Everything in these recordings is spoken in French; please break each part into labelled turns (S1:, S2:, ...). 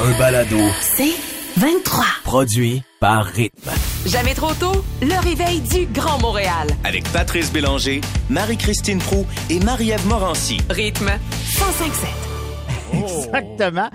S1: Un balado
S2: C'est 23.
S1: produit par Rythme.
S2: Jamais trop tôt, le réveil du Grand Montréal.
S3: avec Patrice Bélanger, Marie-Christine Prou et Marie-Ève Morancy.
S2: Rythme 1057.
S4: Oh.
S5: Exactement.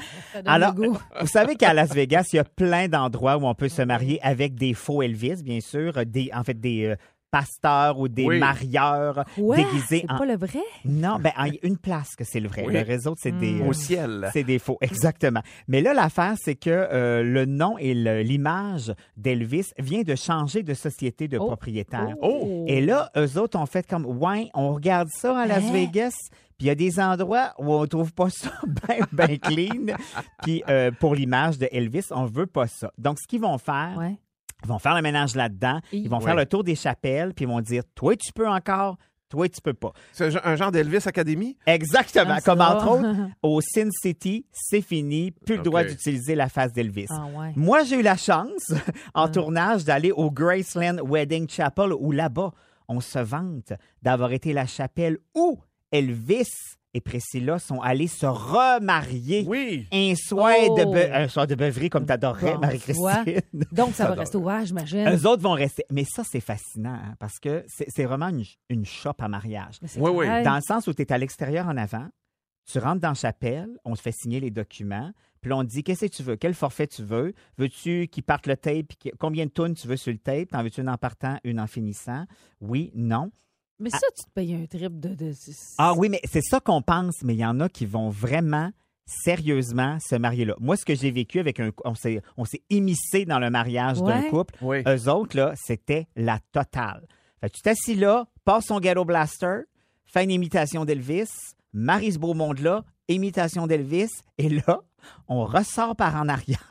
S5: Alors, euh, vous savez qu'à Las Vegas, il y a plein d'endroits où on peut se marier avec des faux Elvis, bien sûr, euh, des, en fait des euh, pasteurs ou des
S6: Oui.
S5: marieurs
S4: Quoi?
S5: déguisés
S4: C'est
S5: en
S4: pas le Hmm. vrai?
S5: non, ben en- une place que c'est le vrai.
S6: Oui.
S5: Le réseau, c'est des
S6: Au
S5: euh,
S6: ciel.
S5: c'est des faux, exactement. Mais là, l'affaire, c'est que euh, le nom et le- l'image d'Elvis vient de changer de société de
S4: Ah.
S5: propriétaire.
S6: Oh!
S5: Et là, eux autres ont fait comme, ouais, on regarde ça à Las
S4: Hein?
S5: Vegas, puis il y a des endroits où on trouve pas ça ben, ben clean. puis euh, pour l'image de Elvis, on veut pas ça. Donc, ce qu'ils vont faire,
S4: Ouais.
S5: ils vont faire le ménage là-dedans, ils vont faire
S6: Ouais.
S5: le tour des chapelles, puis ils vont dire, toi, tu peux encore, toi, tu peux pas.
S6: C'est un gen- un genre d'Elvis Academy?
S5: Exactement.
S4: Comme
S5: Comme
S4: ça.
S5: entre autres, au Sin City, c'est fini, plus le
S6: OK.
S5: droit d'utiliser la face d'Elvis.
S4: Ah ouais.
S5: Moi, j'ai eu la chance, en tournage, d'aller au Graceland Wedding Chapel, où là-bas, on se vante d'avoir été la chapelle où Elvis et Priscilla sont allés se remarier.
S6: Oui!
S5: Un soir, de
S4: Oh.
S5: be- un soir de beuverie comme t'adorais,
S4: Bon,
S5: Marie-Christine.
S4: Donc, ça va rester ouvert, j'imagine.
S5: Eux autres vont rester. Mais ça, c'est fascinant, hein, parce que c'est c'est vraiment une, une shop à mariage.
S4: Mais c'est
S6: Oui, oui.
S4: pareil.
S5: Dans le sens où tu es à l'extérieur en avant, tu rentres dans la chapelle, on te fait signer les documents, puis là, on te dit qu'est-ce que tu veux, quel forfait tu veux, veux-tu qu'ils parte le tape, puis que- combien de tonnes tu veux sur le tape, t'en veux-tu une en partant, une en finissant? Oui, non.
S4: Mais ça, tu te payes un trip de. de-
S5: Ah oui, mais c'est ça qu'on pense, mais il y en a qui vont vraiment sérieusement se marier là. Moi, ce que j'ai vécu avec un... On s'est on s'est immiscé dans le mariage d'un
S4: Ouais.
S5: couple.
S6: Oui.
S5: Eux autres, là, c'était la totale. Fait que tu t'assis là, passe son ghetto blaster, fais une imitation d'Elvis, marie ce beau monde-là, imitation d'Elvis, et là, on ressort par en arrière.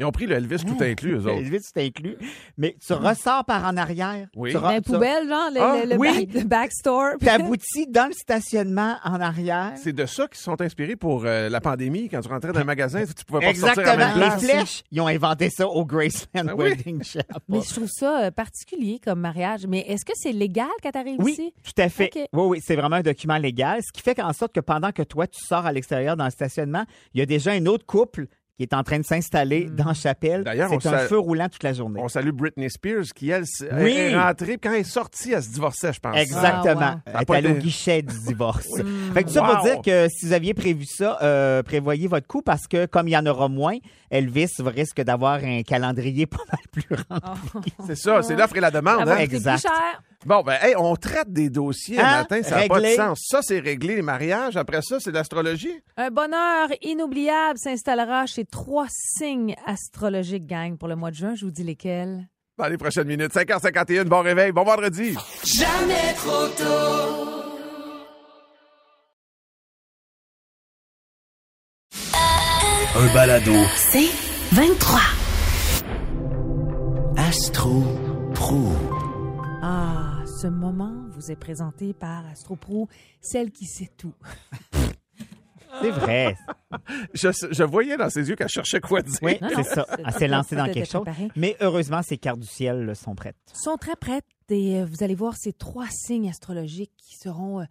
S6: Ils ont pris le Elvis tout inclus, eux autres.
S5: Elvis, c'est inclus. Mais tu ressors par en arrière.
S6: Oui.
S5: Tu re-
S4: Dans les
S5: tu-
S4: poubelles, genre, le,
S6: Ah,
S4: le- le
S5: oui.
S4: back- le backstore.
S5: T'aboutis dans le stationnement en arrière.
S6: C'est de ça qu'ils se sont inspirés pour euh, la pandémie. Quand tu rentrais dans un magasin, tu pouvais pas sortir à la
S5: Exactement.
S6: même
S5: Les
S6: place.
S5: flèches, ils ont inventé ça au Graceland
S6: Ah oui.
S5: Wedding Chapel.
S4: Mais je trouve ça euh, particulier comme mariage. Mais est-ce que c'est légal quand t'arrives
S5: Oui,
S4: ici?
S5: tout à fait.
S4: OK.
S5: Oui, oui, c'est vraiment un document légal, ce qui fait qu'en sorte que pendant que toi, tu sors à l'extérieur dans le stationnement, il y a déjà un autre couple qui est en train de s'installer
S4: Hmm.
S5: dans la chapelle.
S6: D'ailleurs,
S5: c'est
S6: on
S5: un
S6: s'a-
S5: feu roulant toute la journée.
S6: On salue Britney Spears qui, elle, s-
S5: Oui.
S6: est rentrée. Puis quand elle est sortie, elle se divorçait, je pense.
S4: Ah,
S5: Exactement.
S4: wow.
S5: Elle
S6: Ça a
S5: est
S6: pas
S5: allée au
S6: été-
S5: guichet du divorce. fait que ça
S6: Wow.
S5: pour dire que si vous aviez prévu ça, euh, prévoyez votre coup parce que comme il y en aura moins, Elvis risque d'avoir un calendrier pas mal plus rempli.
S4: Ah.
S6: C'est ça, c'est l'offre et la
S4: Ça
S6: demande.
S4: va
S5: Ah,
S6: hein?
S4: coûter plus
S5: Exact.
S4: cher.
S6: Bon, ben, hey, on traite des dossiers
S5: Hein?
S6: un matin, ça n'a pas de
S5: Réglé.
S6: sens. Ça, c'est réglé, les mariages. Après ça, c'est l'astrologie.
S4: Un bonheur inoubliable s'installera chez trois signes astrologiques, gang, pour le mois de juin. Je vous dis lesquels.
S6: Dans les prochaines minutes, 5h51, bon réveil, bon vendredi.
S1: Un balado
S2: C'est 23.
S1: Astro Pro.
S4: Ah, ce moment vous est présenté par AstroPro, celle qui sait tout.
S5: C'est vrai.
S6: Je, je voyais dans ses yeux qu'elle cherchait quoi dire.
S5: Oui,
S4: Non, non,
S5: c'est ça.
S4: c'est-
S5: Elle s'est lancée dans
S4: c'était
S5: quelque chose.
S4: préparé.
S5: Mais heureusement, ces cartes du ciel là, sont prêtes.
S4: sont très prêtes et euh, vous allez voir ces trois signes astrologiques qui seront. euh,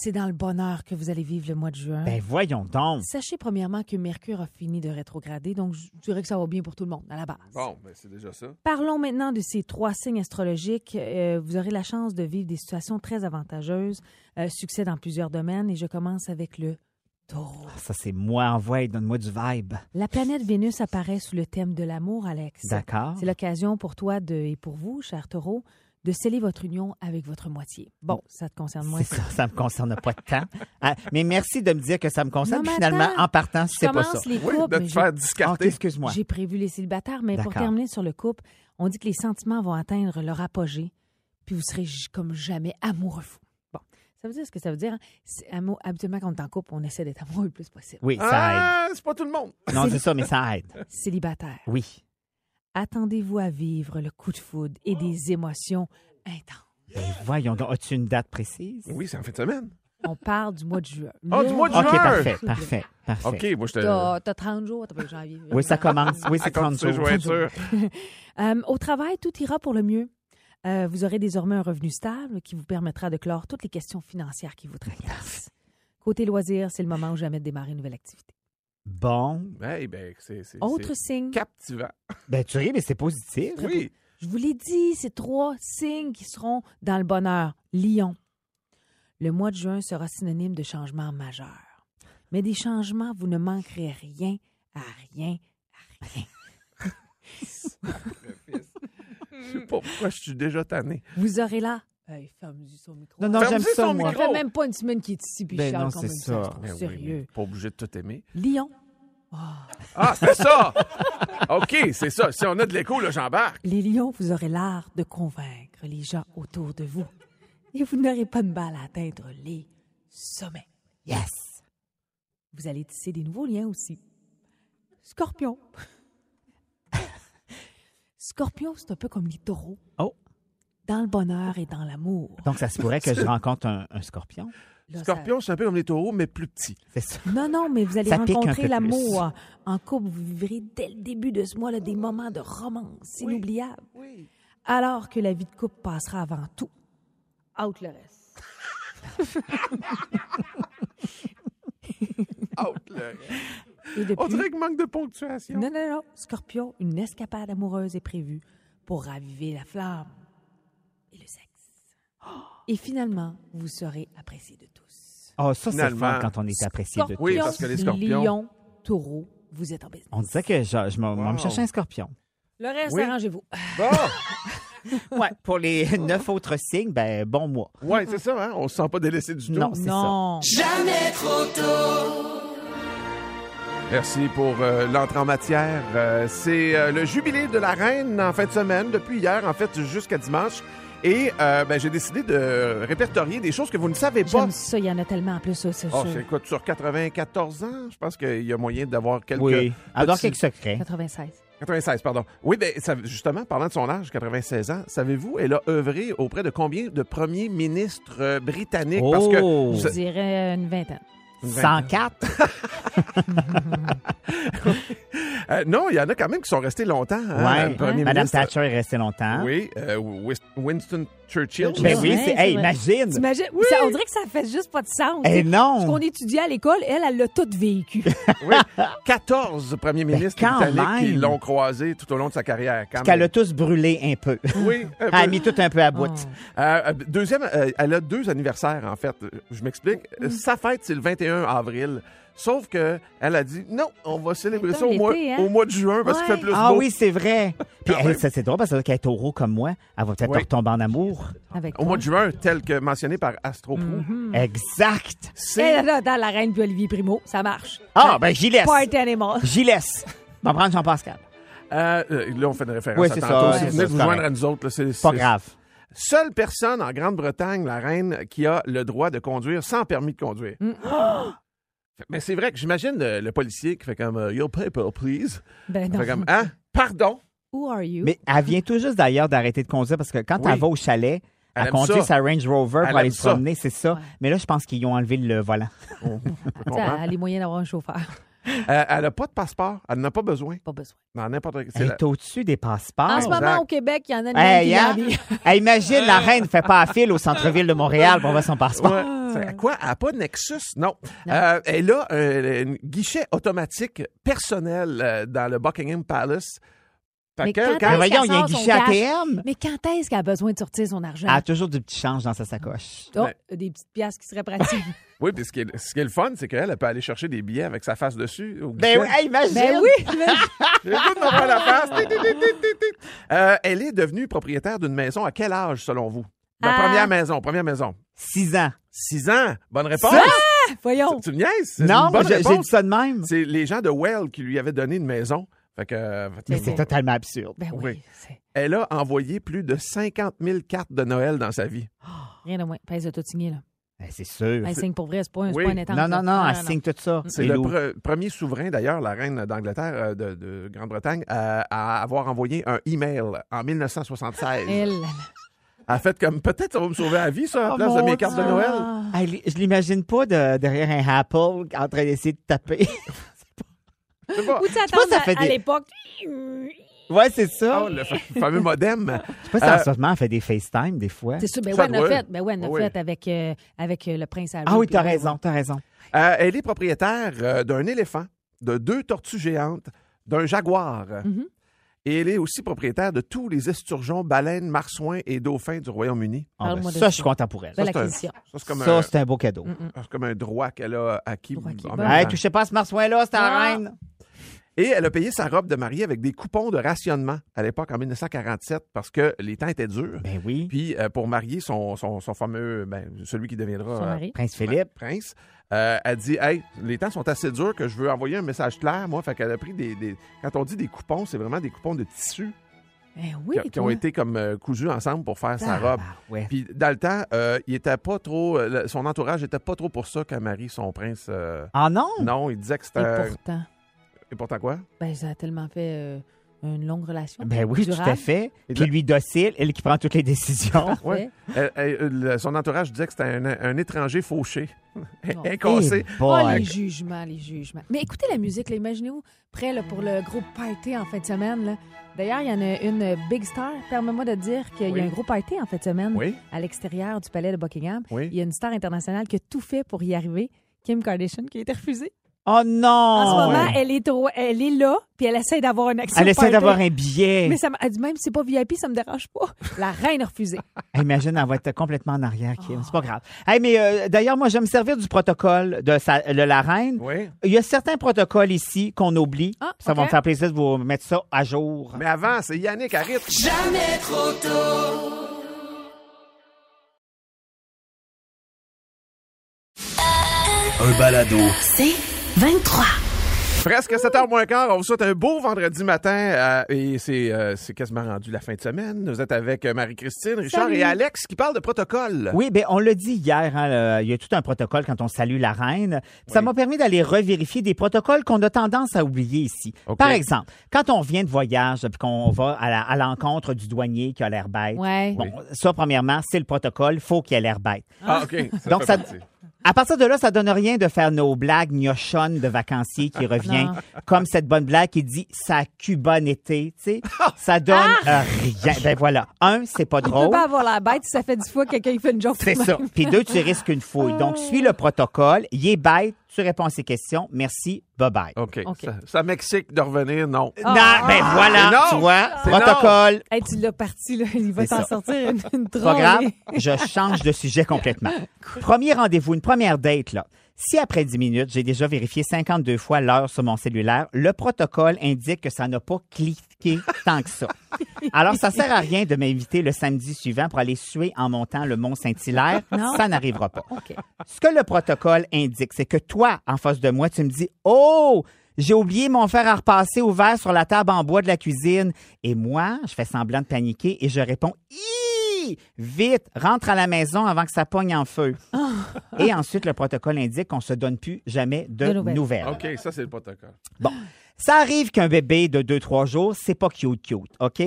S4: c'est dans le bonheur que vous allez vivre le mois de juin.
S5: Ben voyons donc.
S4: Sachez premièrement que Mercure a fini de rétrograder, donc je dirais que ça va bien pour tout le monde à la base.
S6: Bon, ben, c'est déjà ça.
S4: Parlons maintenant de ces trois signes astrologiques. Euh, vous aurez la chance de vivre des situations très avantageuses, euh, succès dans plusieurs domaines et je commence avec le taureau.
S5: Ah, Ça, c'est moi envoie, donne-moi du vibe.
S4: La planète Vénus apparaît sous le thème de l'amour, Alex.
S5: D'accord.
S4: C'est l'occasion pour toi de, et pour vous, cher taureau, de sceller votre union avec votre moitié. Bon, ça te concerne moins.
S5: C'est ça, ça me concerne pas de temps. Ah, mais merci de me dire que ça me concerne.
S4: Non, mais
S5: Finalement,
S4: attends,
S5: en partant,
S4: Je
S5: c'est pas ça.
S4: commence les
S6: Oui,
S4: couples,
S6: de
S4: mais
S6: te
S4: j'ai-
S6: faire
S5: Ah, ok,
S6: discarter.
S5: excuse-moi.
S4: j'ai prévu les célibataires, mais pour
S5: D'accord.
S4: terminer sur le couple, on dit que les sentiments vont atteindre leur apogée, puis vous serez j- comme jamais amoureux fou. Bon, ça veut dire ce que ça veut dire. hein? C'est un mot- Habituellement, quand on est en couple, on essaie d'être amoureux le plus possible.
S5: Oui, ça
S6: ah, c'est pas tout le monde.
S5: aide. Non, c'est ça, mais ça aide.
S4: Célibataire,
S5: Oui.
S4: attendez-vous à vivre le coup de foudre et des émotions intenses.
S5: Ben, voyons donc, as-tu une date précise?
S6: Oui, c'est en fin de semaine.
S4: On parle du mois de juin.
S6: Ah, du mois de
S5: OK,
S6: Juin!
S5: parfait, parfait, parfait.
S6: OK, moi, je te.
S4: T'as t'as 30 jours, t'as pas eu janvier.
S5: Oui, ça commence. Oui, c'est
S6: À cause de
S5: 30
S6: ces
S5: jours.
S6: jointures.
S4: Euh, au travail, tout ira pour le mieux. Euh, vous aurez désormais un revenu stable qui vous permettra de clore toutes les questions financières qui vous tracassent. Côté loisirs, c'est le moment ou jamais de démarrer une nouvelle activité.
S5: Bon.
S6: Ouais, ben, c'est c'est-
S4: Autre
S6: c'est
S4: signe.
S6: captivant.
S5: Ben, tu ris, mais c'est positif.
S6: Oui.
S4: Je vous l'ai dit, ces trois signes qui seront dans le bonheur. Lion. Le mois de juin sera synonyme de changements majeurs. Mais des changements, vous ne manquerez rien à rien à rien.
S6: Je sais pas pourquoi je suis déjà tanné.
S4: Vous aurez là. Hey, ferme son micro.
S5: Non, non,
S6: Ferme
S5: j'aime
S6: son
S5: ça,
S4: Ça
S5: moi.
S6: micro.
S4: fait même pas une semaine qu'il est ici, puis
S5: Ben
S4: Charles,
S5: non,
S4: quand
S5: c'est
S4: même, se
S5: ça.
S4: trouve
S6: Ben oui, mais
S4: sérieux.
S6: pas obligé de tout aimer.
S4: Lion.
S6: Ah, c'est ça! OK, c'est ça. Si on a de l'écho, là, j'embarque.
S4: Les lions, vous aurez l'art de convaincre les gens autour de vous. Et vous n'aurez pas de mal à atteindre les sommets. Yes! Vous allez tisser des nouveaux liens aussi. Scorpion. Scorpion, c'est un peu comme les taureaux.
S5: Oh.
S4: Dans le bonheur et dans l'amour.
S5: Donc, ça se pourrait que je rencontre un, un scorpion.
S4: Là, ça-
S6: Scorpion, c'est un peu comme les taureaux, mais plus petit.
S5: C'est ça.
S4: Non, non, mais vous allez
S5: Ça pique un peu
S4: rencontrer
S5: plus.
S4: l'amour en couple. Vous vivrez dès le début de ce mois-là des moments de romance inoubliables. Alors que la vie de couple passera avant tout. Out le reste.
S6: Out, là.
S4: Et
S6: On
S4: depuis,
S6: dirait qu'il manque de ponctuation.
S4: non, non, non, Scorpion, une escapade amoureuse est prévue pour raviver la flamme et le sexe. Et finalement, vous serez apprécié de tous.
S5: Ah, ça, c'est
S6: Finalement.
S5: fun quand on est apprécié de
S4: Scorpion,
S5: tout.
S6: Oui, parce que les scorpions-
S4: Lion, taureau, vous êtes en business.
S5: On disait que je, je m'en- m'en
S6: Wow.
S5: cherchais un scorpion.
S4: Le reste,
S6: Oui.
S4: arrangez-vous.
S6: Bon!
S5: Ouais, pour les neuf autres signes, ben, bon mois.
S6: Ouais, c'est ça, hein? On se sent pas délaissé du tout.
S5: Non, c'est ça.
S4: Non.
S6: Merci pour euh, l'entrée en matière. Euh, c'est euh, le jubilé de la reine en fin de semaine, depuis hier, en fait, jusqu'à dimanche. Et euh, ben, j'ai décidé de répertorier des choses que vous ne savez pas.
S4: J'aime ça, il y en a tellement en plus, ça, c'est
S5: Ah,
S6: Oh,
S4: sûr.
S6: c'est quoi, sur 94 ans? Je pense qu'il y a moyen d'avoir quelques...
S5: Oui. Alors,
S6: petits-
S5: quelques secrets.
S4: 96.
S6: 96, pardon. Oui, ben, ça- justement, parlant de son âge, 96 ans, savez-vous, elle a œuvré auprès de combien de premiers ministres euh, britanniques? Parce que
S5: Oh!
S4: Je dirais une vingtaine.
S5: 104.
S6: Euh, non, il y en a quand même qui sont restés longtemps. hein,
S5: Ouais.
S6: premier
S5: Madame
S6: ministre.
S5: Thatcher est restée longtemps.
S6: Oui, euh, Wis- Winston Churchill.
S5: Ben oui,
S4: Ouais,
S5: c'est.
S4: c'est
S5: Hey,
S4: vrai.
S5: imagine!
S4: T'imagines? Ça, on dirait que ça fait juste pas de sens.
S5: Eh
S4: Ce qu'on
S5: non!
S4: étudiait à l'école, elle, elle l'a tout vécu.
S6: Oui, 14 premiers ministres
S5: Ben quand
S6: britanniques qui
S5: même.
S6: l'ont croisé tout au long de sa carrière. Quand
S5: Qu'elle a
S6: même.
S5: tous brûlé un peu.
S6: Oui, un
S5: Elle a
S6: peu.
S5: mis tout un peu à bout.
S6: Euh, euh, deuxième, euh, elle a deux anniversaires, en fait. Euh, Je m'explique.
S5: Mm.
S6: Euh, Sa fête, c'est le 21 avril. Sauf que elle a dit non, on va célébrer
S4: Attends,
S6: ça au mois,
S4: l'été, hein?
S6: au mois de juin parce qu'il
S4: Ouais.
S6: fait plus
S5: Ah
S6: beau.
S5: oui, c'est vrai. Puis
S6: Quand
S5: elle,
S6: même.
S5: ça, c'est drôle parce qu'elle est taureau comme moi. Elle va peut-être
S6: Oui.
S5: retomber en amour.
S4: Ah, Avec
S6: Au mois de
S4: toi.
S6: juin, tel que mentionné par Astro Pro.
S4: Mm-hmm.
S5: Exact.
S6: C'est
S4: Elle, là, dans la reine puis Olivier Primo, ça marche.
S5: Ah, ben j'y laisse.
S4: Party animal.
S5: J'y laisse. On va prendre Jean-Pascal.
S6: Euh, euh, là, on fait une référence
S5: Oui,
S6: à
S5: c'est
S6: tantôt.
S5: ça,
S6: si
S5: c'est
S6: vous
S5: ça,
S6: venez vous
S5: c'est
S6: joindre
S5: correct.
S6: à nous autres, là, c'est
S5: Pas
S6: c'est-
S5: grave.
S6: Seule personne en Grande-Bretagne, la reine, qui a le droit de conduire sans permis de conduire. Mais c'est vrai que j'imagine le, le policier qui fait comme euh, Your paper, please.
S4: Ben non.
S6: Fait comme Hein? Pardon?
S4: Who are you?
S5: Mais elle vient tout juste d'ailleurs d'arrêter de conduire parce que quand
S6: Oui.
S5: elle va au chalet,
S6: Elle
S5: elle,
S6: aime
S5: conduit
S6: ça.
S5: sa Range Rover
S6: Elle
S5: pour aller
S6: aime
S5: se
S6: ça.
S5: promener, c'est ça. Mais là, je pense qu'ils ont enlevé le volant.
S6: Je
S4: Tu sais,
S6: comprends.
S4: elle a les moyens d'avoir un chauffeur.
S6: Euh, elle n'a pas de passeport. Elle n'en a pas besoin.
S4: Pas besoin.
S6: Dans n'importe quel. c'est
S5: Elle
S6: la-
S5: est au-dessus des passeports.
S4: En ce moment,
S6: Ah, exact.
S4: au Québec, il y en a une
S5: Hey,
S4: qui
S5: hein?
S4: en a-
S5: Hey, imagine, la reine ne fait pas fil au centre-ville de Montréal pour avoir son passeport.
S6: Ouais. C'est- Quoi? Elle n'a pas de Nexus? Non. Euh, elle a un, un guichet automatique personnel euh, dans le Buckingham Palace. Fait
S4: Mais
S6: que
S4: quand
S5: Mais
S6: quand-
S5: voyons, il y a un
S4: Qu'elle sort son
S5: guichet
S4: cash.
S5: ATM.
S4: Mais quand est-ce qu'elle a besoin de sortir son argent?
S5: Elle
S6: Ah,
S5: a toujours du petit change dans sa sacoche.
S6: ben-
S4: Oh, Des petites pièces qui seraient pratiques.
S6: Oui, puis ce qui est, ce qui est le fun, c'est qu'elle elle peut aller chercher des billets avec sa face dessus. Au guichet.
S5: Ben oui, hey, imagine.
S4: ben oui! mais-
S6: J'ai le goût de me voir la face. Tit, tit, tit, tit, tit. Euh, elle est devenue propriétaire d'une maison à quel âge, selon vous? La
S4: Ah.
S6: première maison, première maison.
S5: Six ans.
S6: Six ans. Bonne réponse.
S4: Voyons.
S6: Tu me niaises? C'est
S5: Non,
S6: une bonne
S5: j'ai j'ai
S6: réponse.
S5: dit ça de même.
S6: C'est les gens de Well qui lui avaient donné une maison. Fait que, euh,
S5: Mais c'est totalement absurde.
S4: Ben oui,
S6: Oui.
S4: c'est
S6: elle a envoyé plus de 50 000 cartes de Noël dans sa vie.
S4: rien de moins. Pèse de tout signer, là.
S5: Ben, c'est sûr.
S4: Elle signe pour vrai, c'est pas un, c'est
S6: Oui.
S4: pas un étang,
S5: Non,
S4: ça.
S5: non, non, elle signe tout ça.
S6: C'est
S5: Et
S6: le
S5: Lou.
S6: pre- premier souverain, d'ailleurs, la reine d'Angleterre, euh, de, de Grande-Bretagne, euh, à avoir envoyé un email en 1976.
S4: Elle,
S6: En fait, comme peut-être ça va me sauver la vie, ça, à
S5: Oh,
S6: place de
S5: mon
S6: mes cartes de
S5: Dieu.
S6: Noël.
S5: Hey, je l'imagine pas de- derrière un Apple en train d'essayer de taper.
S6: Je sais pas.
S4: Ou tu
S5: pas si ça
S4: attends,
S5: fait
S4: à, à
S5: des-
S4: l'époque.
S5: ouais, c'est ça.
S6: Oh, le fa- fameux modem.
S5: Je sais pas si en
S6: Euh,
S5: ce moment, elle fait des FaceTime des fois.
S4: C'est sûr, ben
S6: Ça
S4: ouais, elle en a
S6: doit.
S4: fait, ben ouais, elle en a
S6: Oui.
S4: fait avec, euh, avec euh, le prince Harry.
S5: Ah oui,
S4: puis
S5: t'as
S4: ouais,
S5: raison, t'as raison.
S6: Euh, elle est propriétaire euh, d'un éléphant de deux tortues géantes, d'un jaguar.
S4: Mhm.
S6: Et elle est aussi propriétaire de tous les esturgeons, baleines, marsouins et dauphins du Royaume-Uni.
S5: Ah, ben,
S4: Parle-moi de
S5: ça, je
S4: ça. Ben, Mm,
S5: suis content pour elle.
S4: Belle
S6: c'est un-
S4: acquisition.
S6: Ça, c'est comme,
S5: ça,
S6: un-
S5: c'est un beau cadeau.
S4: Mm-mm.
S6: c'est comme un droit qu'elle a acquis.
S4: Droit qui est
S6: en
S4: bon.
S6: même
S5: Hey,
S6: temps.
S5: touchez pas à ce marsouin-là, c'est la
S4: Ah.
S5: reine.
S6: Et elle a payé sa robe de mariée avec des coupons de rationnement à l'époque, en 1947, parce que les temps étaient durs.
S5: Ben oui.
S6: Puis, euh, pour marier son, son, son fameux, ben, celui qui deviendra
S4: Son
S6: euh,
S4: mari.
S5: Prince Philippe.
S6: Prince, euh, a dit Hey, les temps sont assez durs que je veux envoyer un message clair, moi. Fait qu'elle a pris des, des- Quand on dit des coupons, c'est vraiment des coupons de tissu
S4: Eh oui,
S6: qui- qui, ont
S4: toi. Ah.
S6: été comme euh, cousus ensemble pour faire sa robe.
S5: ouais.
S6: Puis, dans le temps, euh, il était pas trop. euh, le- son entourage était pas trop pour ça qu'elle marie son prince. euh,
S5: Ah non?
S4: Mm,
S6: Non, il disait que c'était.
S4: Hmm. Et
S6: un-
S4: pourtant,
S6: Et pourtant quoi?
S4: ben, ça a tellement fait euh, une longue relation.
S5: Ben oui,
S4: durable.
S5: tout à fait.
S6: Et
S5: Puis lui, docile, elle qui prend toutes les décisions.
S4: Parfait.
S6: Ouais. Elle- elle- le- son entourage disait que c'était un, un étranger fauché,
S4: Non.
S6: incassé.
S5: Eh
S4: Oh,
S5: boy.
S4: les jugements, les jugements. Mais écoutez la musique, là, imaginez-vous, prêt là, pour le gros party en fin de semaine. là. D'ailleurs, il y en a une euh, Big Star. Permets-moi de dire qu'il y
S6: Oui.
S4: a un gros party en fin de semaine
S6: Oui,
S4: à l'extérieur du palais de Buckingham. Eh. Il
S6: oui.
S4: y a une star internationale qui a tout fait pour y arriver. Kim Kardashian qui a été refusée.
S5: Oh non!
S4: En ce moment,
S6: ouais.
S4: elle est, au- elle est là, puis elle essaie d'avoir une action.
S5: Elle essaie
S4: party.
S5: d'avoir un billet.
S4: Mais ça m'a- elle dit même si c'est pas VIP, ça me dérange pas. La reine a refusé.
S5: Hey, Imagine, elle va être complètement en arrière, Kim.
S4: Oh.
S5: C'est pas grave. Hey, mais euh, d'ailleurs, moi, je vais me servir du protocole de, sa- de la reine.
S6: Oui.
S5: Il y a certains protocoles ici qu'on oublie.
S4: Ah,
S5: ça va
S4: ok.
S5: me faire plaisir de vous mettre ça à jour.
S6: Mais avant, c'est Yannick Arrit.
S1: Un balado.
S2: C'est 23.
S6: Presque 7h moins quart. On vous souhaite un beau vendredi matin. euh, et c'est euh, c'est quasiment rendu la fin de semaine. Vous êtes avec euh, Marie-Christine, Richard
S4: Salut.
S6: et Alex qui parlent de protocole.
S5: Oui, ben on l'a dit hier, hein, le- il y a tout un protocole quand on salue la reine. Ça
S6: Oui.
S5: m'a permis d'aller revérifier des protocoles qu'on a tendance à oublier ici.
S6: OK.
S5: Par exemple, quand on vient de voyage puis qu'on va à la- à l'encontre du douanier qui a l'air bête.
S4: Ouais.
S5: Bon, ça, premièrement, c'est le protocole, faut qu'il ait l'air bête.
S6: Ah, OK. Ça
S5: Donc,
S6: fait
S5: ça-
S6: partie.
S5: À partir de là, ça donne rien de faire nos blagues gnochonnes de vacanciers qui revient,
S4: Non.
S5: comme cette bonne blague qui dit « ça a cubanité », tu sais, ça donne
S6: Ah!
S5: euh, rien. Ben voilà, un, c'est pas
S4: Tu peux
S5: drôle.
S4: pas avoir la bête si ça fait dix fois que quelqu'un il fait une joke.
S5: Oh. C'est ça. Puis deux, tu risques une fouille.
S6: Ah!
S5: Donc, suis le protocole. Il est bête. Tu réponds à ses questions. Merci. Bye-bye.
S6: OK.
S4: OK.
S6: Ça, ça m'excite de revenir, non.
S5: Non, ben voilà.
S6: Ah! C'est non.
S5: tu vois,
S6: C'est
S5: protocole.
S4: Hey, tu l'as parti, là. Il va
S5: C'est
S4: t'en
S5: ça.
S4: sortir une, une
S5: Pas
S4: drôle.
S5: grave. Je change de sujet complètement. Premier rendez-vous, une première date, là. Si après 10 minutes, j'ai déjà vérifié 52 fois l'heure sur mon cellulaire, le protocole indique que ça n'a pas cliqué tant que ça. Alors, ça sert à rien de m'inviter le samedi suivant pour aller suer en montant le Mont Saint-Hilaire.
S4: Non.
S5: Ça n'arrivera pas.
S4: OK.
S5: Ce que le protocole indique, c'est que toi, en face de moi, tu me dis Oh, j'ai oublié mon fer à repasser ouvert sur la table en bois de la cuisine. Et moi, je fais semblant de paniquer et je réponds Hi! Vite, rentre à la maison avant que ça pogne en feu. et ensuite, le protocole indique qu'on se donne plus jamais de,
S4: Ah! De nouvelles.
S5: nouvelles.
S6: OK, ça, c'est le protocole.
S5: Ça arrive qu'un bébé de 2-3 jours, c'est pas cute, cute, OK?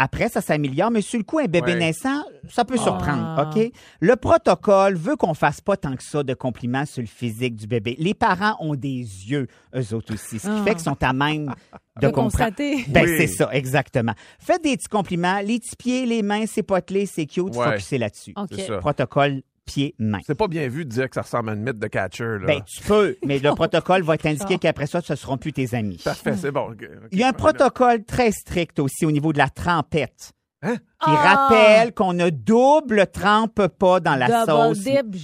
S5: Après, ça s'améliore, mais sur le coup, un bébé
S6: Ouais.
S5: naissant, ça peut surprendre,
S4: Ah.
S5: OK? Le protocole veut qu'on fasse pas tant que ça de compliments sur le physique du bébé. Les parents ont des yeux, eux autres aussi, ce qui
S4: Ah.
S5: fait qu'ils sont à même
S4: De
S5: de comprendre.
S4: constater.
S5: Ben,
S6: Oui.
S5: c'est ça, exactement. Faites des petits compliments, les petits pieds, les mains, c'est potelé, c'est cute,
S6: Ouais.
S5: focussez là-dessus.
S4: OK.
S6: C'est ça.
S5: Protocole pied-main.
S6: C'est pas bien vu de dire que ça ressemble à une mythe de catcher. Là.
S5: Ben, tu peux, mais le protocole va t'indiquer qu'après ça, ce seront plus tes amis.
S6: Parfait, c'est bon. OK, OK.
S5: Il y a un protocole très strict aussi au niveau de la trempette.
S6: Hein?
S5: Qui rappelle qu'on ne double trempe pas dans la
S4: Ah! Double
S5: sauce.
S4: dip,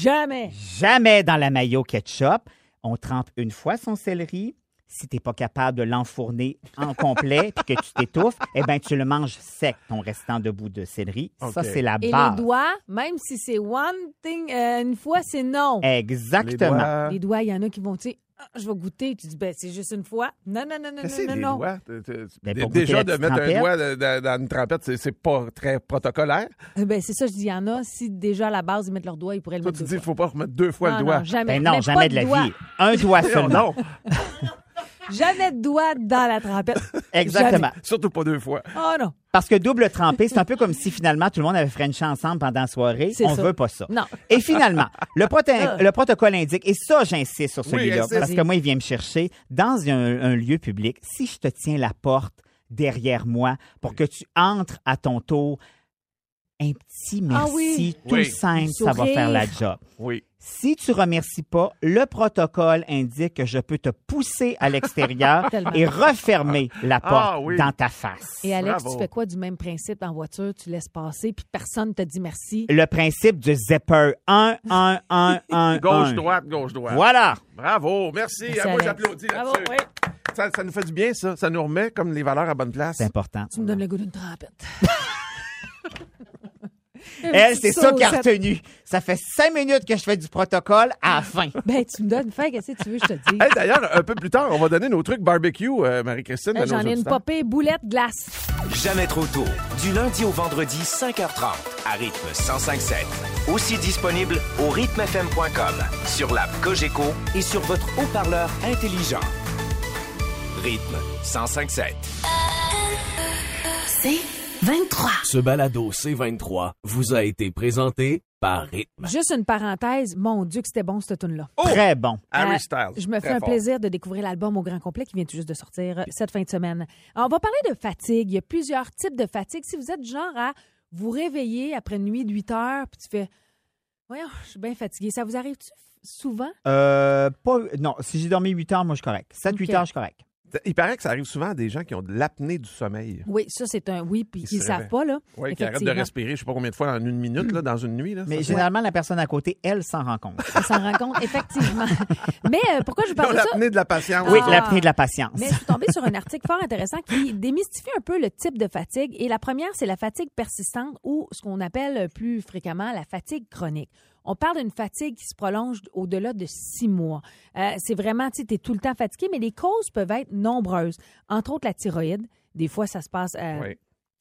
S4: jamais.
S5: Jamais dans la mayo ketchup. On trempe une fois son céleri. Si t'es pas capable de l'enfourner en complet puis que tu t'étouffes, eh ben tu le manges sec, ton restant de bout de céleri. Ça,
S6: Ok.
S5: c'est la
S4: Et les
S5: base.
S4: doigts, même si c'est one thing, euh, une fois, c'est non.
S6: Les
S5: Exactement.
S6: doigts.
S4: Les doigts, il y en a qui vont, tu sais, Ah, je vais goûter. Tu dis, ben, c'est juste une fois. Non, non, non, non,
S6: Qu'est-ce que c'est,
S4: non,
S6: les
S4: non, non.
S6: doigts? T'es- t'es-
S5: Ben,
S6: dé-
S5: pour goûter
S6: déjà,
S5: la
S6: de
S5: petite
S6: mettre un
S5: trempette.
S6: doigt de- de- dans une trempette, c'est- c'est pas très protocolaire.
S4: Ben, c'est ça, je dis, il y en a, si déjà à la base, ils mettent leurs doigts, ils pourraient le
S6: Toi,
S4: mettre
S6: tu
S4: deux
S6: dis, il
S4: fois.
S6: faut pas remettre deux fois
S4: Non,
S6: le doigt.
S4: non, jamais.
S5: Ben non,
S4: Mais
S5: jamais
S4: pas
S5: de la
S4: doigts.
S5: vie. Un doigt
S6: Non, non,
S5: seulement.
S4: Jamais de doigts dans la trempette.
S5: Exactement.
S6: surtout pas deux fois.
S4: Oh non.
S5: Parce que double trempé, c'est un peu comme si finalement tout le monde avait frenché ensemble pendant la soirée.
S4: C'est
S5: On
S4: ça.
S5: veut pas ça.
S4: Non.
S5: Et finalement, le, proto-
S4: Ah.
S5: le protocole indique, et ça j'insiste sur
S6: Oui,
S5: celui-là,
S6: insiste.
S5: parce que moi il vient me chercher, dans un, un lieu public, si je te tiens la porte derrière moi pour que tu entres à ton tour, un petit
S4: Ah
S5: merci
S4: oui.
S5: tout
S6: Oui.
S5: simple, ça va
S4: Sourire.
S5: faire la job.
S6: Oui.
S5: Si tu remercies pas, le protocole indique que je peux te pousser à l'extérieur
S4: Tellement.
S5: et refermer la porte
S6: Ah oui.
S5: dans ta face.
S4: Et Alex,
S6: Bravo.
S4: tu fais quoi du même principe en voiture? Tu laisses passer, puis personne te dit merci.
S5: Le principe du zipper 1 1 1 1
S6: Gauche, droite, gauche, droite.
S5: Voilà.
S6: Bravo, merci.
S4: Merci,
S6: Ah, moi,
S4: Alex.
S6: j'applaudis
S4: Bravo,
S6: là-dessus.
S4: oui.
S6: Ça, ça nous fait du bien, ça. Ça nous remet comme les valeurs à bonne place.
S5: C'est important.
S4: Tu me donnes le goût d'une trompette.
S5: Elle, c'est ça qu'elle a
S4: carton.
S5: retenu. Ça fait cinq minutes que je fais du protocole à la fin.
S4: Ben, tu me donnes, fais, qu'est-ce que tu veux, je te dis.
S6: Hey, D'ailleurs, un peu plus tard, on va donner nos trucs barbecue, euh, Marie-Christine. à
S4: J'en
S6: nos
S4: ai une
S6: auditeurs.
S4: popée boulette glace.
S3: Jamais trop tôt. Du lundi au vendredi, 5h30, à rythme 105.7. Aussi disponible au rythmefm.com, sur l'app Cogeco et sur votre haut-parleur intelligent. Rythme 105.7.
S2: C'est 23.
S1: Ce balado C23 vous a été présenté par Rythme.
S4: Juste une parenthèse, mon Dieu que c'était bon, cette tune là
S5: Très bon.
S6: Harry
S4: Euh,
S6: Styles.
S4: Je me fais
S6: Oh, Très
S4: un
S6: fort.
S4: plaisir de découvrir l'album au grand complet qui vient tout juste de sortir euh, cette fin de semaine. Alors, on va parler de fatigue. Il y a plusieurs types de fatigue. Si vous êtes du genre à vous réveiller après une nuit de 8 heures, puis tu fais Voyons, je suis bien fatiguée. Ça vous arrive-tu f- souvent?
S5: Euh, pas, non, si j'ai dormi 8 heures, moi, je suis correct. 7-8
S4: Ok.
S5: heures, je suis correct.
S6: Il paraît que ça arrive souvent à des gens qui ont de l'apnée du sommeil.
S4: Oui, ça, c'est un oui, puis
S6: Ils
S4: ils ne
S6: se
S4: savent
S6: réveillent.
S4: pas, là.
S6: Oui, qui arrêtent de
S4: Effectivement.
S6: respirer, je ne sais pas combien de fois en une minute, là, dans une nuit. Là, Ça,
S5: Mais
S6: c'est-
S5: généralement, la personne à côté, elle s'en rend compte.
S4: On s'en rend compte, effectivement. Mais euh, pourquoi je vous
S6: Ils ont
S4: parle de ça?
S6: l'apnée de la patience.
S5: Oui,
S4: Ah.
S5: l'apnée de la patience.
S4: Mais je suis tombée sur un article fort intéressant qui démystifie un peu le type de fatigue. Et la première, c'est la fatigue persistante ou ce qu'on appelle plus fréquemment la fatigue chronique. On parle d'une fatigue qui se prolonge au-delà de six mois. Euh, c'est vraiment, tu es tout le temps fatigué, mais les causes peuvent être nombreuses. Entre autres, la thyroïde. Des fois, ça se passe euh,
S6: Oui.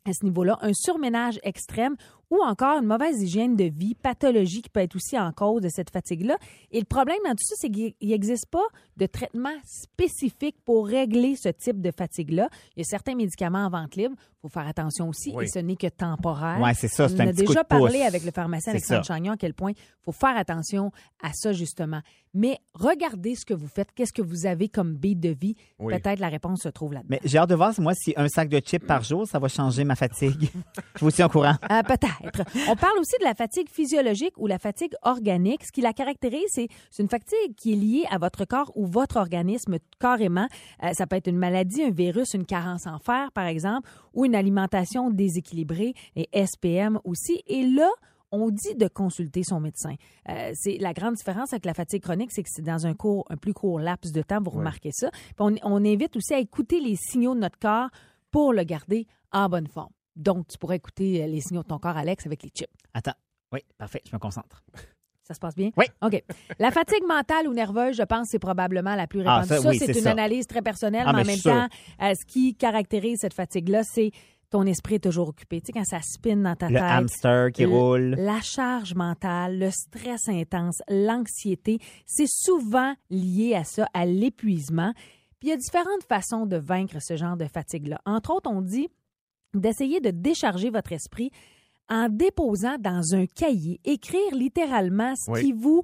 S4: à ce niveau-là, un surménage extrême ou encore une mauvaise hygiène de vie, pathologie qui peut être aussi en cause de cette fatigue-là. Et le problème dans tout ça, c'est qu'il n'existe pas de traitement spécifique pour régler ce type de fatigue-là. Il y a certains médicaments en vente libre, il faut faire attention aussi,
S6: Oui.
S4: et ce n'est que temporaire.
S5: Ouais, c'est ça, c'est
S4: On
S5: un
S4: a
S5: petit coup
S4: déjà
S5: de pouce.
S4: parlé avec le pharmacien
S5: C'est
S4: Alexandre
S5: ça.
S4: Chagnon à quel point il faut faire attention à ça, justement. Mais regardez ce que vous faites, qu'est-ce que vous avez comme bille de vie.
S6: Oui.
S4: Peut-être la réponse se trouve là-dedans.
S5: Mais j'ai hâte de voir, moi, si un sac de chips par jour, ça va changer ma fatigue. je vous tiens au courant.
S4: Euh, Peut-être. On parle aussi de la fatigue physiologique ou la fatigue organique. Ce qui la caractérise, c'est c'est une fatigue qui est liée à votre corps ou votre organisme carrément. Euh, ça peut être une maladie, un virus, une carence en fer, par exemple, ou une alimentation déséquilibrée, et SPM aussi. Et là, on dit de consulter son médecin. Euh, c'est la grande différence avec la fatigue chronique, c'est que c'est dans un court, un plus court laps de temps. Vous remarquez ça. Puis on, on invite aussi à écouter les signaux de notre corps pour le garder en bonne forme. Donc, tu pourrais écouter euh, les signaux de ton corps, Alex, avec les chips.
S5: Attends. Oui, parfait, je me concentre.
S4: Ça se passe bien?
S5: Oui.
S4: OK. La fatigue mentale ou nerveuse, je pense, c'est probablement la plus
S5: Ah,
S4: répandue.
S5: ça, oui,
S4: c'est
S5: c'est
S4: une
S5: ça.
S4: analyse très personnelle,
S5: Ah,
S4: mais en
S5: mais
S4: même
S5: je suis
S4: temps, euh, ce qui caractérise cette fatigue-là, c'est ton esprit est toujours occupé. Tu sais, quand ça spinne dans ta
S5: Le
S4: tête.
S5: hamster qui
S4: le-
S5: roule.
S4: La charge mentale, le stress intense, l'anxiété, c'est souvent lié à ça, à l'épuisement. Puis il y a différentes façons de vaincre ce genre de fatigue-là. Entre autres, on dit d'essayer de décharger votre esprit en déposant dans un cahier, écrire littéralement ce
S6: Oui.
S4: qui vous,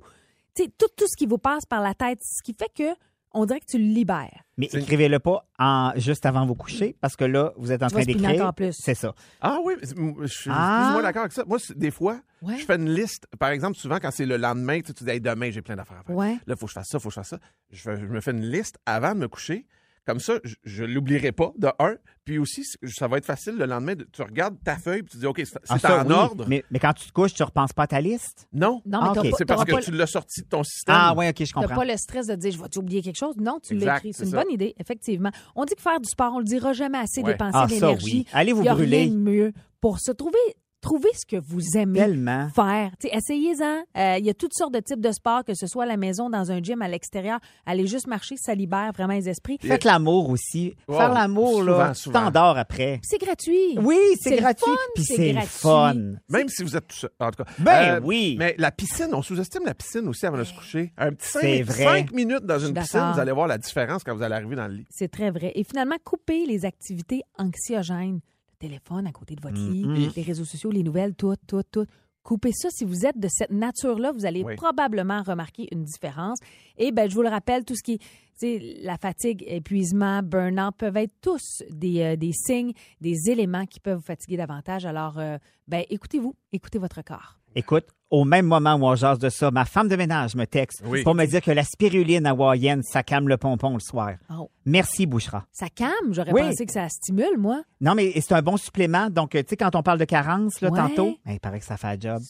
S4: tu sais, tout, tout ce qui vous passe par la tête, ce qui fait que on dirait que tu le libères.
S5: Mais
S6: C'est-
S5: écrivez-le pas en, juste avant vous coucher, parce que là, vous êtes en
S4: Tu vas
S5: train
S4: spinner
S5: d'écrire.
S4: encore plus.
S5: C'est ça.
S6: Ah oui, mais c'est- m- je suis
S5: Ah.
S6: plus ou moins d'accord avec ça. Moi, c'est- des fois,
S4: Ouais.
S6: je fais une liste. Par exemple, souvent, quand c'est le lendemain, tu sais, tu dis Hey, demain, j'ai plein d'affaires à faire.
S4: Ouais.
S6: Là, il faut que je fasse ça, il faut que je fasse ça. Je, fais- je me fais une liste avant de me coucher. Comme ça, je- je ne l'oublierai pas, de un. Puis aussi, c- ça va être facile le lendemain. de- tu regardes ta feuille puis tu dis OK, c'est
S5: Ah,
S6: c'est
S5: ça,
S6: en
S5: oui.
S6: ordre.
S5: Mais, mais quand tu te couches, tu repenses pas à ta liste?
S6: Non.
S4: Non, mais
S5: Ah,
S4: t'as
S5: ok.
S4: pas-
S6: C'est parce
S4: t'auras
S6: que
S4: pas
S6: tu l'as sorti de ton système.
S5: Ah, oui, OK, je
S4: T'as
S5: comprends.
S4: pas le stress de dire, je vais-tu oublier quelque chose? Non, tu
S6: Exact,
S4: l'écris.
S6: c'est
S4: C'est une
S6: ça.
S4: bonne idée, effectivement. On dit que faire du sport, on le dira jamais assez,
S6: Ouais.
S4: dépenser
S5: Ah,
S4: de
S5: ça,
S4: l'énergie.
S5: oui. Allez vous
S4: Il y a rien
S5: brûler.
S4: de mieux pour se trouver, trouver ce que vous aimez
S5: Tellement.
S4: faire. T'sais, Essayez-en. Euh, il y a toutes sortes de types de sports, que ce soit à la maison, dans un gym, à l'extérieur. Allez juste marcher, ça libère vraiment les esprits. Puis
S5: Faites l'amour aussi.
S6: Wow.
S5: Faire l'amour, là,
S6: Souvent,
S5: tu
S6: souvent.
S5: t'endors après.
S4: C'est gratuit.
S5: Oui,
S4: C'est
S5: c'est
S4: le
S5: gratuit.
S4: fun,
S5: Puis
S4: c'est
S5: c'est le
S4: gratuit.
S5: fun.
S6: Même si vous êtes tout seul. En tout cas. euh,
S5: Ben oui.
S6: Mais la piscine, on sous-estime la piscine aussi avant de se coucher. Un petit 5,
S5: C'est vrai.
S6: minutes dans une
S4: suis
S6: piscine,
S4: d'accord.
S6: vous allez voir la différence quand vous allez arriver dans le lit.
S4: C'est très vrai. Et finalement, couper les activités anxiogènes. Le téléphone à côté de votre
S5: Mm-hmm.
S4: lit, les réseaux sociaux, les nouvelles, tout, tout, tout. Coupez ça. Si vous êtes de cette nature-là, vous allez
S6: Oui.
S4: probablement remarquer une différence. Et ben, je vous le rappelle, tout ce qui est Tu sais, la fatigue, épuisement, burn-out peuvent être tous des, euh, des signes, des éléments qui peuvent vous fatiguer davantage. Alors, euh, ben, écoutez-vous, écoutez votre corps.
S5: Écoute, au même moment où on jase de ça, ma femme de ménage me texte
S6: Oui.
S5: pour me dire que la spiruline hawaïenne, ça calme le pompon le soir.
S4: Oh.
S5: Merci, Bouchra.
S4: Ça calme, j'aurais
S5: Oui.
S4: pensé que ça stimule, moi.
S5: Non, mais c'est un bon supplément. Donc, euh, tu sais, quand on parle de carence, là,
S4: Ouais.
S5: tantôt, ben, il paraît que ça fait un job.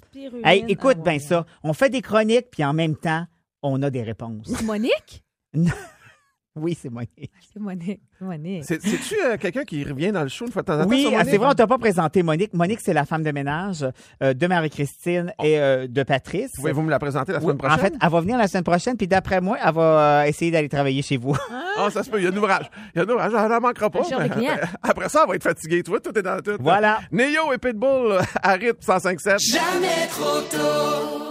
S5: Hey, écoute
S4: hawaïenne.
S5: bien ça. On fait des chroniques, puis en même temps, on a des réponses.
S4: C'est Monique?
S5: Oui, c'est moi.
S4: C'est Monique. C'est Monique.
S6: C'est- C'est-tu euh, quelqu'un qui revient dans le show une fois de temps en temps?
S5: Oui,
S6: ça,
S5: ah,
S6: Monique?
S5: c'est vrai, on t'a pas présenté Monique. Monique, c'est la femme de ménage euh, de Marie-Christine
S6: Oh.
S5: et euh, de Patrice.
S6: Pouvez-vous me la présenter la
S5: Oui,
S6: semaine
S5: en
S6: prochaine?
S5: fait, elle va venir la semaine prochaine, puis d'après moi, elle va euh, essayer d'aller travailler chez vous.
S6: Ah, ça se peut. Il y a un ouvrage. Il y a un ouvrage. ah, Elle n'en manquera pas.
S4: Un genre de
S6: mais-
S4: client.
S6: Après ça, elle va être fatiguée. Tu vois, tout est dans tout.
S5: Voilà.
S6: euh, Neo et Pitbull à rythme 105.7.
S2: Jamais trop tôt.